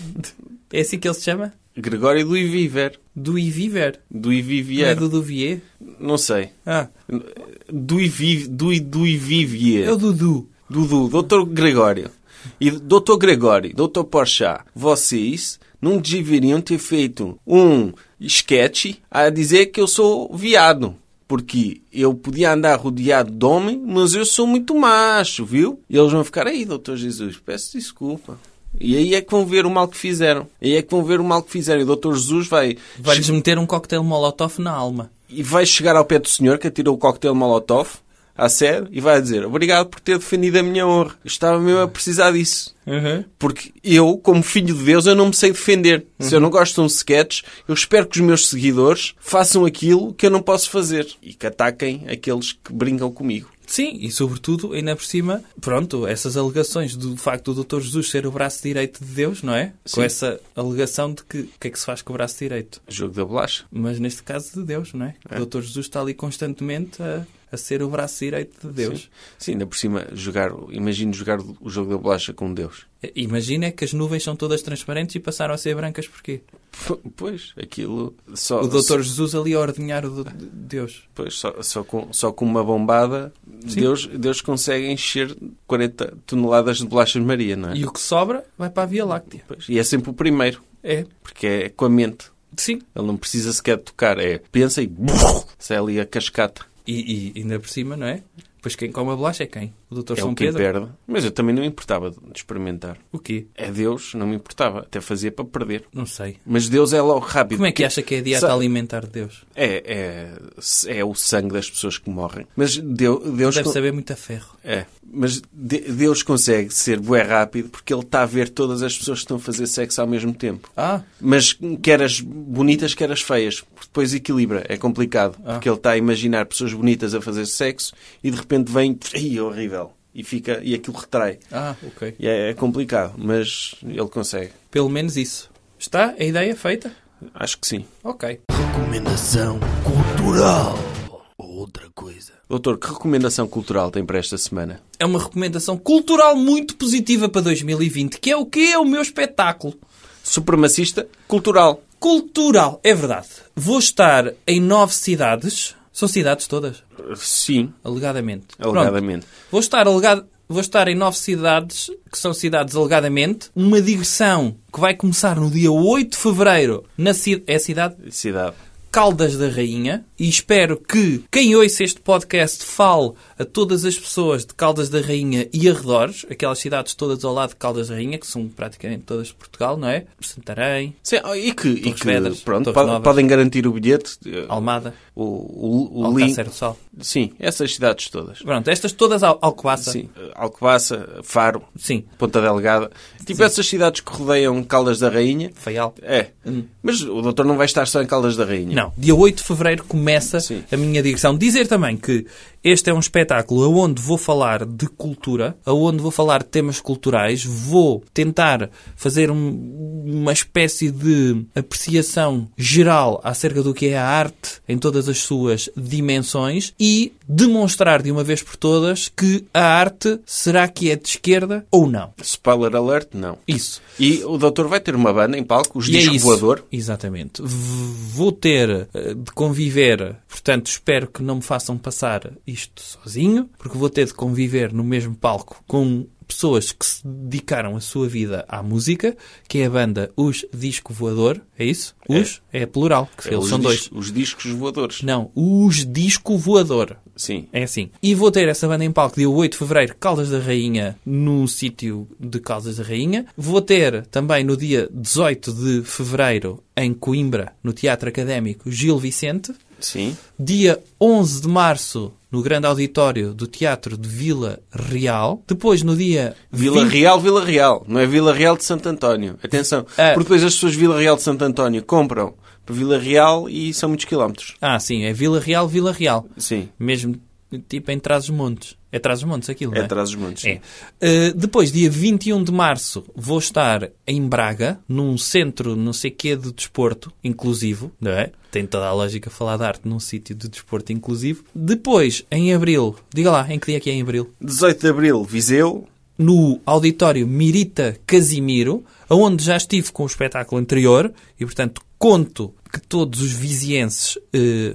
É assim que ele se chama?
Gregório do Viver,
Do Iviver.
do
Não é
Vivier,
do Duvier?
não sei.
Ah,
do Iviv- do I- do Ivivier,
é o Dudu.
Dudu, Dr. Gregório e Dr. Gregório, Dr. Porchat, vocês não deveriam ter feito um sketch a dizer que eu sou viado. Porque eu podia andar rodeado de homem, mas eu sou muito macho, viu? E eles vão ficar aí, Dr. Jesus, peço desculpa. E aí é que vão ver o mal que fizeram. Aí é que vão ver o mal que fizeram. E o Dr. Jesus vai
Vai-lhes meter um coquetel molotov na alma.
e vai chegar ao pé do senhor que atirou o coquetel Molotov à sede e vai dizer obrigado por ter defendido a minha honra. Estava mesmo a precisar disso. Porque eu, como filho de Deus, eu não me sei defender. Se
Uhum.
eu não gosto de um sketch, eu espero que os meus seguidores façam aquilo que eu não posso fazer e que ataquem aqueles que brincam comigo.
Sim, e sobretudo, ainda por cima, pronto, essas alegações do facto do Dr. Jesus ser o braço direito de Deus, não é? Com
Sim.
essa alegação de que o que é que se faz com o braço direito?
Jogo da bolacha. É.
Mas neste caso de Deus, não é? O Dr. Jesus está ali constantemente a a ser o braço direito de Deus.
Sim. Sim, ainda por cima, jogar, imagino jogar o jogo da bolacha com Deus.
Imagina que as nuvens são todas transparentes e passaram a ser brancas porquê?
P- Pois, aquilo só,
O doutor Jesus ali a ordenhar o do- de- Deus.
pois, só, só, com, só com uma bombada
Sim.
Deus, Deus consegue encher 40 toneladas de bolachas de Maria, não é?
E o que sobra vai para a Via Láctea.
Pois, e é sempre o primeiro,
É,
porque é com a mente.
sim.
Ele não precisa sequer tocar, é pensa e sai ali a cascata.
E, e ainda por cima, não é? Pois quem come a bolacha é quem? O doutor
É
São
o que
Pedro?
perde. Mas eu também não me importava de experimentar.
O quê?
É Deus, não me importava. Até fazia para perder.
Não sei.
Mas Deus é logo rápido.
Como é que acha que é a dieta
Sa-
alimentar de Deus?
É, é, é o sangue das pessoas que morrem. Mas Deu- Deus...
Deve
con-
saber muito a ferro.
É. Mas De- Deus consegue ser bué rápido porque Ele está a ver todas as pessoas que estão a fazer sexo ao mesmo tempo.
Ah,
Mas quer as bonitas, quer as feias. Porque Depois equilibra. É complicado.
Ah.
Porque ele está a imaginar pessoas bonitas a fazer sexo e de repente vem... Ih, é horrível. E, fica, e aquilo retrai.
ah, ok.
E é, é complicado, mas ele consegue.
Pelo menos isso. Está a ideia é feita?
Acho que sim.
Ok.
Recomendação cultural. Ou Outra coisa.
Doutor, que recomendação cultural tem para esta semana?
é uma recomendação cultural muito positiva para 2020, que é o que é o meu espetáculo
Supremacista cultural.
cultural, é verdade. Vou estar em nove cidades, são cidades todas,
Sim,
alegadamente. Pronto.
alegadamente.
Vou estar alegado, vou estar em nove cidades, que são cidades alegadamente, uma digressão que vai começar no dia 8 de fevereiro, na ci- é a cidade
Cidade.
Caldas da Rainha e espero que quem ouça este podcast fale a todas as pessoas de Caldas da Rainha e arredores, aquelas cidades todas ao lado de Caldas da Rainha, que são praticamente todas de Portugal, não é? Santarém,
Sim, ah, e que, e
Torres
que,
Vedras,
pronto,
Torres
po-
Novas.
podem garantir o bilhete, eh,
Almada,
o, o, o link.
Alcácer do Sal.
Sim, essas cidades todas.
Pronto, estas todas ao Alcobaça.
Sim, eh, Alcobaça, Faro,
Sim.
Ponta Delgada. Tipo essas cidades que rodeiam Caldas da Rainha.
Faial.
É, mas o doutor não vai estar só em Caldas da Rainha.
Hum. Não, dia 8 de fevereiro começa
Sim.
a minha digressão. Dizer também que este é um espetáculo onde vou falar de cultura, onde vou falar de temas culturais, vou tentar fazer um- uma espécie de apreciação geral acerca do que é a arte em todas as suas dimensões e demonstrar de uma vez por todas que a arte será que é de esquerda ou não.
Spoiler alert, não.
Isso.
E o doutor vai ter uma banda em palco, os
E é
disco
isso.
voador.
Exatamente. V- Vou ter eh, de conviver, portanto, espero que não me façam passar isto sozinho, porque vou ter de conviver no mesmo palco com pessoas que se dedicaram a sua vida à música, que é a banda Os Disco Voador, é isso? Os? É, plural, que eles
os
são dois.
dis- Os discos voadores.
Não, Os Disco Voador.
Sim.
É assim. E vou ter essa banda em palco dia 8 de Fevereiro, Caldas da Rainha, num sítio de Caldas da Rainha. Vou ter também no dia 18 de Fevereiro, em Coimbra, no Teatro Académico Gil Vicente.
Sim.
Dia 11 de Março, no Grande Auditório do Teatro de Vila Real. Depois, no dia...
Vila
20
Real, Vila Real. Não é Vila Real de Santo António. Atenção.
Ah.
Porque depois as pessoas de Vila Real de Santo António compram para Vila Real e são muitos quilómetros.
Ah, sim, é Vila Real, Vila Real.
Sim.
Mesmo tipo em Trás-os-Montes. É Trás-os-Montes aquilo,
É
não é?
atrás dos montes.
É. Uh, depois, dia 21 de março, vou estar em Braga, num centro não sei quê de desporto inclusivo, não é? Tem toda a lógica falar de arte num sítio de desporto inclusivo. Depois, em abril, diga lá, em que dia que é em abril?
18 de Abril, Viseu.
No auditório Mirita Casimiro, onde já estive com o espetáculo anterior e, portanto, conto que todos os vizienses, uh,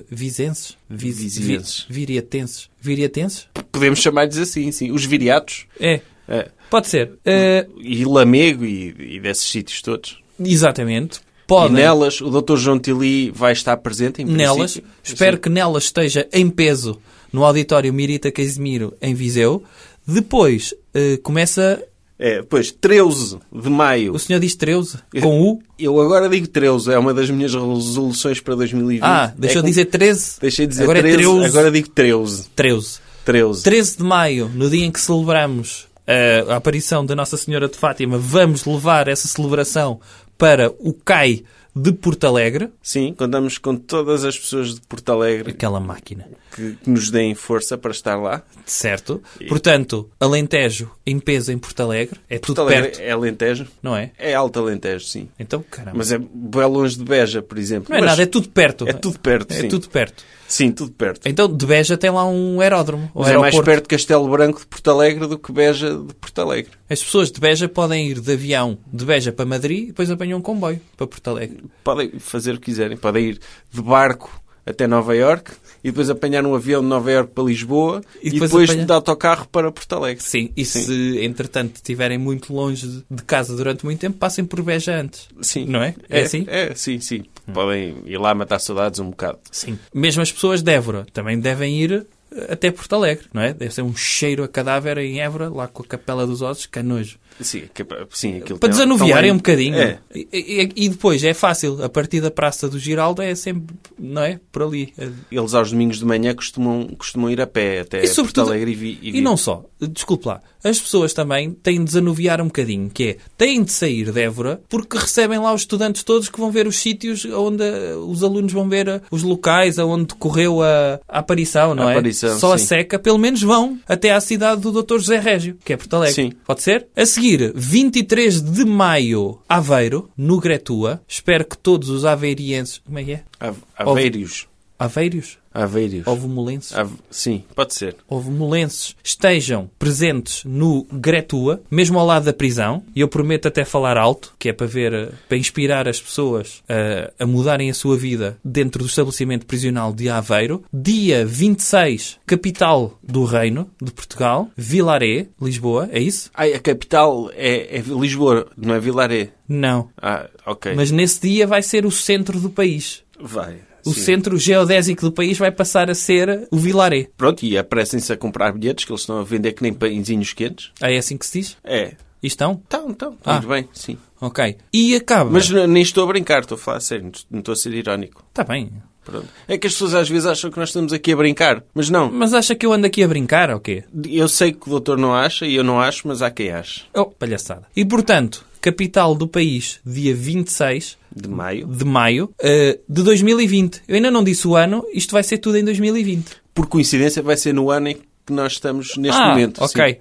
vizenses? Vis-
Vizienses.
vi- viriatenses, viriatenses?
Podemos chamar-lhes assim, sim. Os viriatos.
É,
É.
pode ser. Uh,
E Lamego e, e desses sítios todos.
Exatamente.
E
Podem.
nelas, o Dr. João Tili vai estar presente em
nelas.
princípio.
Espero que nelas esteja em peso no auditório Mirita Casimiro em Viseu. Depois eh, começa.
É, pois, 13 de maio.
O senhor diz 13 com U.
Eu agora digo 13, é uma das minhas resoluções para 2020.
Ah,
É
deixou
com-
de dizer 13.
Deixei de dizer
Agora
13,
é 13.
agora digo 13.
13.
13.
13 de maio, no dia em que celebramos eh, a aparição da Nossa Senhora de Fátima, vamos levar essa celebração para o CAI de Porto Alegre.
Sim, contamos com todas as pessoas de Porto Alegre
Aquela máquina.
que, que nos deem força para estar lá.
Certo? Portanto, Alentejo em peso em Porto Alegre. É
Porto
tudo
Alegre
perto,
é Alentejo?
não é?
É Alto Alentejo, sim.
Então, caramba.
Mas é bem longe de Beja, por exemplo.
não é
Mas
nada, é tudo perto.
é tudo perto,
É
sim.
tudo perto.
Sim, tudo perto.
Então, de Beja tem lá um aeródromo. Ou
Mas é mais
aeroporto.
perto de Castelo Branco de Porto Alegre do que Beja de Porto Alegre.
As pessoas de Beja podem ir de avião de Beja para Madrid e depois apanham um comboio para Porto Alegre.
Podem fazer o que quiserem. Podem ir de barco até Nova Iorque e depois apanhar um avião de Nova Iorque para Lisboa
E
e
depois
depois,
apanhar-
de autocarro para Porto Alegre.
Sim, e
Sim.
se, entretanto, estiverem muito longe de- de casa durante muito tempo, passem por Beja antes.
Sim.
Não é? É assim? Hum.
É, sim, sim. Podem ir lá matar saudades um bocado.
Sim. Mesmo as pessoas de Évora também devem ir eh, até Porto Alegre, não é? Deve ser um cheiro a cadáver em Évora, lá com a Capela dos Ossos, que é nojo.
Sim, que- sim aquilo
Para
tem-
desanuviarem
também-
um bocadinho.
É.
E, e- e depois, é fácil. A partir da Praça do Giraldo é sempre, não é? Por ali.
Eles aos domingos de manhã costumam, costumam ir a pé até
E sobretudo-
Porto Alegre e, vi, e,
E não só. Desculpe lá. As pessoas também têm de desanuviar um bocadinho, que é, têm de sair de Évora porque recebem lá os estudantes todos que vão ver os sítios onde eh, os alunos vão ver eh, os locais aonde decorreu a, a aparição, não
A
é?
aparição,
só a
sim.
seca, pelo menos vão até à cidade do Dr. José Régio, que é Porto Alegre.
Sim.
Pode ser? A seguir, 23 de maio, Aveiro, no Gretua. Espero que todos os aveirienses... Como é que é?
Ave- Aveiros.
Aveiros?
Aveiros.
Ovomulenses?
Ave- Sim, pode ser.
ovomulenses estejam presentes no Gretua, mesmo ao lado da prisão, e eu prometo até falar alto, que é para ver, eh, para inspirar as pessoas eh, a mudarem a sua vida dentro do estabelecimento prisional de Aveiro. Dia 26, capital do Reino de Portugal, Vilaré, Lisboa, é isso?
Ai, a capital é, é Lisboa, não é Vilaré.
Não.
Ah, ok.
Mas nesse dia vai ser o centro do país.
Vai.
O
sim.
centro geodésico do país vai passar a ser o Vilaré.
Pronto, e aparecem-se a comprar bilhetes que eles estão a vender que nem pãezinhos quentes.
Ah, é assim que se diz?
É.
E estão?
Então, então.
Ah.
Muito bem, sim.
Ok. E acaba.
Mas n- nem estou a brincar, estou a falar a sério, não- não estou a ser irónico.
Está Tá bem.
Pronto. É que as pessoas às vezes acham que nós estamos aqui a brincar, mas não.
Mas acha que eu ando aqui a brincar ou quê?
Eu sei que o doutor não acha e eu não acho, mas há quem ache.
Oh, palhaçada. E portanto, capital do país, dia 26
De maio.
de maio eh, de 2020. Eu ainda não disse o ano, isto vai ser tudo em 2020.
Por coincidência, vai ser no ano em que nós estamos neste
ah,
momento. sim.
ok.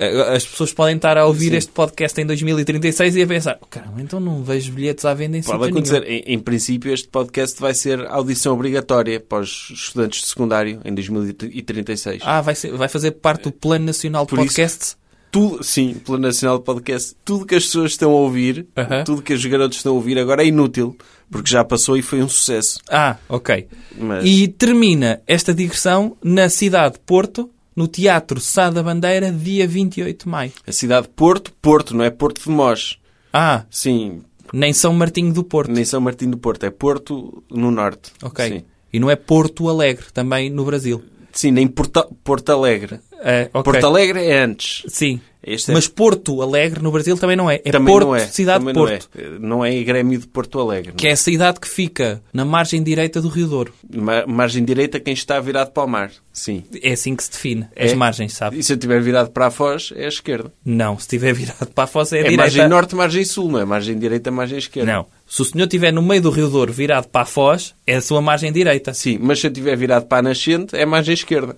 Eh, As pessoas podem estar a ouvir este podcast em 2036 e a pensar: "Oh, caramba, então não vejo bilhetes à venda em sítio
Pode
nenhum."
acontecer. Em, em princípio, este podcast vai ser audição obrigatória para os estudantes de secundário em 2036.
Ah, vai, ser- vai fazer parte do Plano Nacional de
Por isso-
Podcasts?
Tudo, sim, Plano Nacional de Podcast, tudo que as pessoas estão a ouvir,
Aham.
tudo que os garotos estão a ouvir agora é inútil, porque já passou e foi um sucesso.
Ah, ok.
Mas-
E termina esta digressão na cidade de Porto, no Teatro Sá da Bandeira, dia 28 de maio.
A cidade de Porto, Porto, não é Porto de Mós.
Ah,
Sim,
nem São Martinho do Porto.
nem São Martinho do Porto, é Porto no Norte.
Ok.
Sim,
E não é Porto Alegre, também no Brasil.
Sim, nem Porto, Porto Alegre.
É, ok.
Porto Alegre é antes.
Sim.
Este é-
Mas Porto Alegre no Brasil também não é. É
Também
Porto,
não é.
cidade de
Também
Porto.
Não é. não é Grêmio de Porto Alegre.
Que é a cidade que fica na margem direita do Rio Douro.
Ma- Margem direita, quem está virado para o mar. Sim.
É assim que se define as
É.
margens, sabe?
E se eu tiver virado para a Foz, é a esquerda.
Não, se estiver virado para a fossa é,
É,
a direita.
margem norte, margem sul, não é? Margem direita, margem esquerda.
Não. Se o senhor estiver no meio do Rio Douro virado para a Foz, é a sua margem direita.
Sim, mas se eu tiver virado para a nascente, é margem esquerda.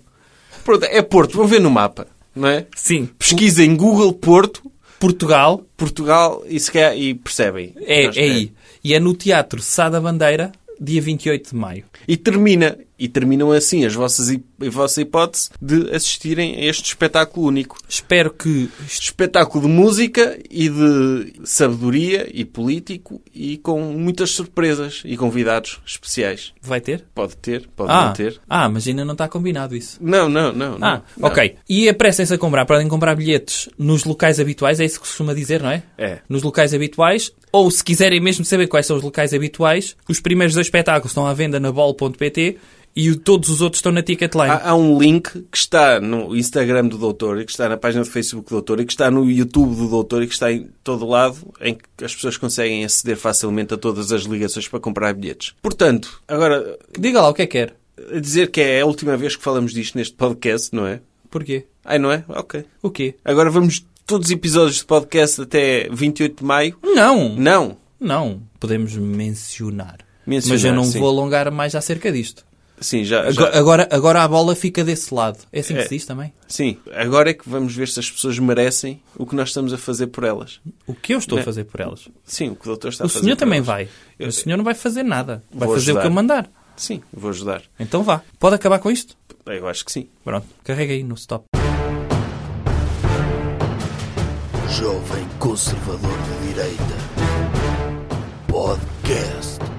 Pronto, é Porto. Vão ver no mapa, não é?
Sim.
Pesquisa em Google Porto,
Portugal
Portugal e, se calhar- e percebem.
é,
Nós-
é aí. E é no Teatro Sá da Bandeira, dia 28 de maio.
E termina. E terminam assim as vossas, hip- a vossa hipótese de assistirem a este espetáculo único.
Espero que
Espetáculo de música e de sabedoria e político e com muitas surpresas e convidados especiais.
vai ter.
Pode ter, pode
ah,
não ter.
ah, mas ainda não está combinado isso.
Não, não, não.
Ah,
não,
ok. E apressem-se a comprar. Podem comprar bilhetes nos locais habituais, é isso que se costuma dizer, não é?
É.
Nos locais habituais. Ou, se quiserem mesmo saber quais são os locais habituais, os primeiros dois espetáculos estão à venda na bol.pt e o- todos os outros estão na Ticketline.
Há, há um link que está no Instagram do Doutor e que está na página do Facebook do Doutor e que está no YouTube do Doutor e que está em todo lado em que as pessoas conseguem aceder facilmente a todas as ligações para comprar bilhetes. Portanto, agora,
Diga lá o que é que quer.
a dizer que é a última vez que falamos disto neste podcast, não é?
Porquê?
Ai, não é? Ok.
O quê?
Agora vamos todos os episódios de podcast até 28 de maio.
Não! Não,
Não.
podemos mencionar.
Mencionar,
Mas eu não
sim.
vou alongar mais acerca disto.
Sim, já. já-
Agora, agora, agora a bola fica desse lado. É assim que
É.
se diz também?
Sim. Agora é que vamos ver se as pessoas merecem o que nós estamos a fazer por elas.
O que eu estou a fazer por elas?
Sim, o que o doutor está
É. O
a fazer.
senhor
por
também
elas.
vai. O
Eu-
senhor não vai fazer nada. Vai
Vou
fazer o que
ajudar.
eu mandar.
Sim, vou ajudar.
Então vá. Pode acabar com isto?
Eu acho que sim.
Pronto, carrega aí no stop.
Jovem Conservador de Direita. Podcast.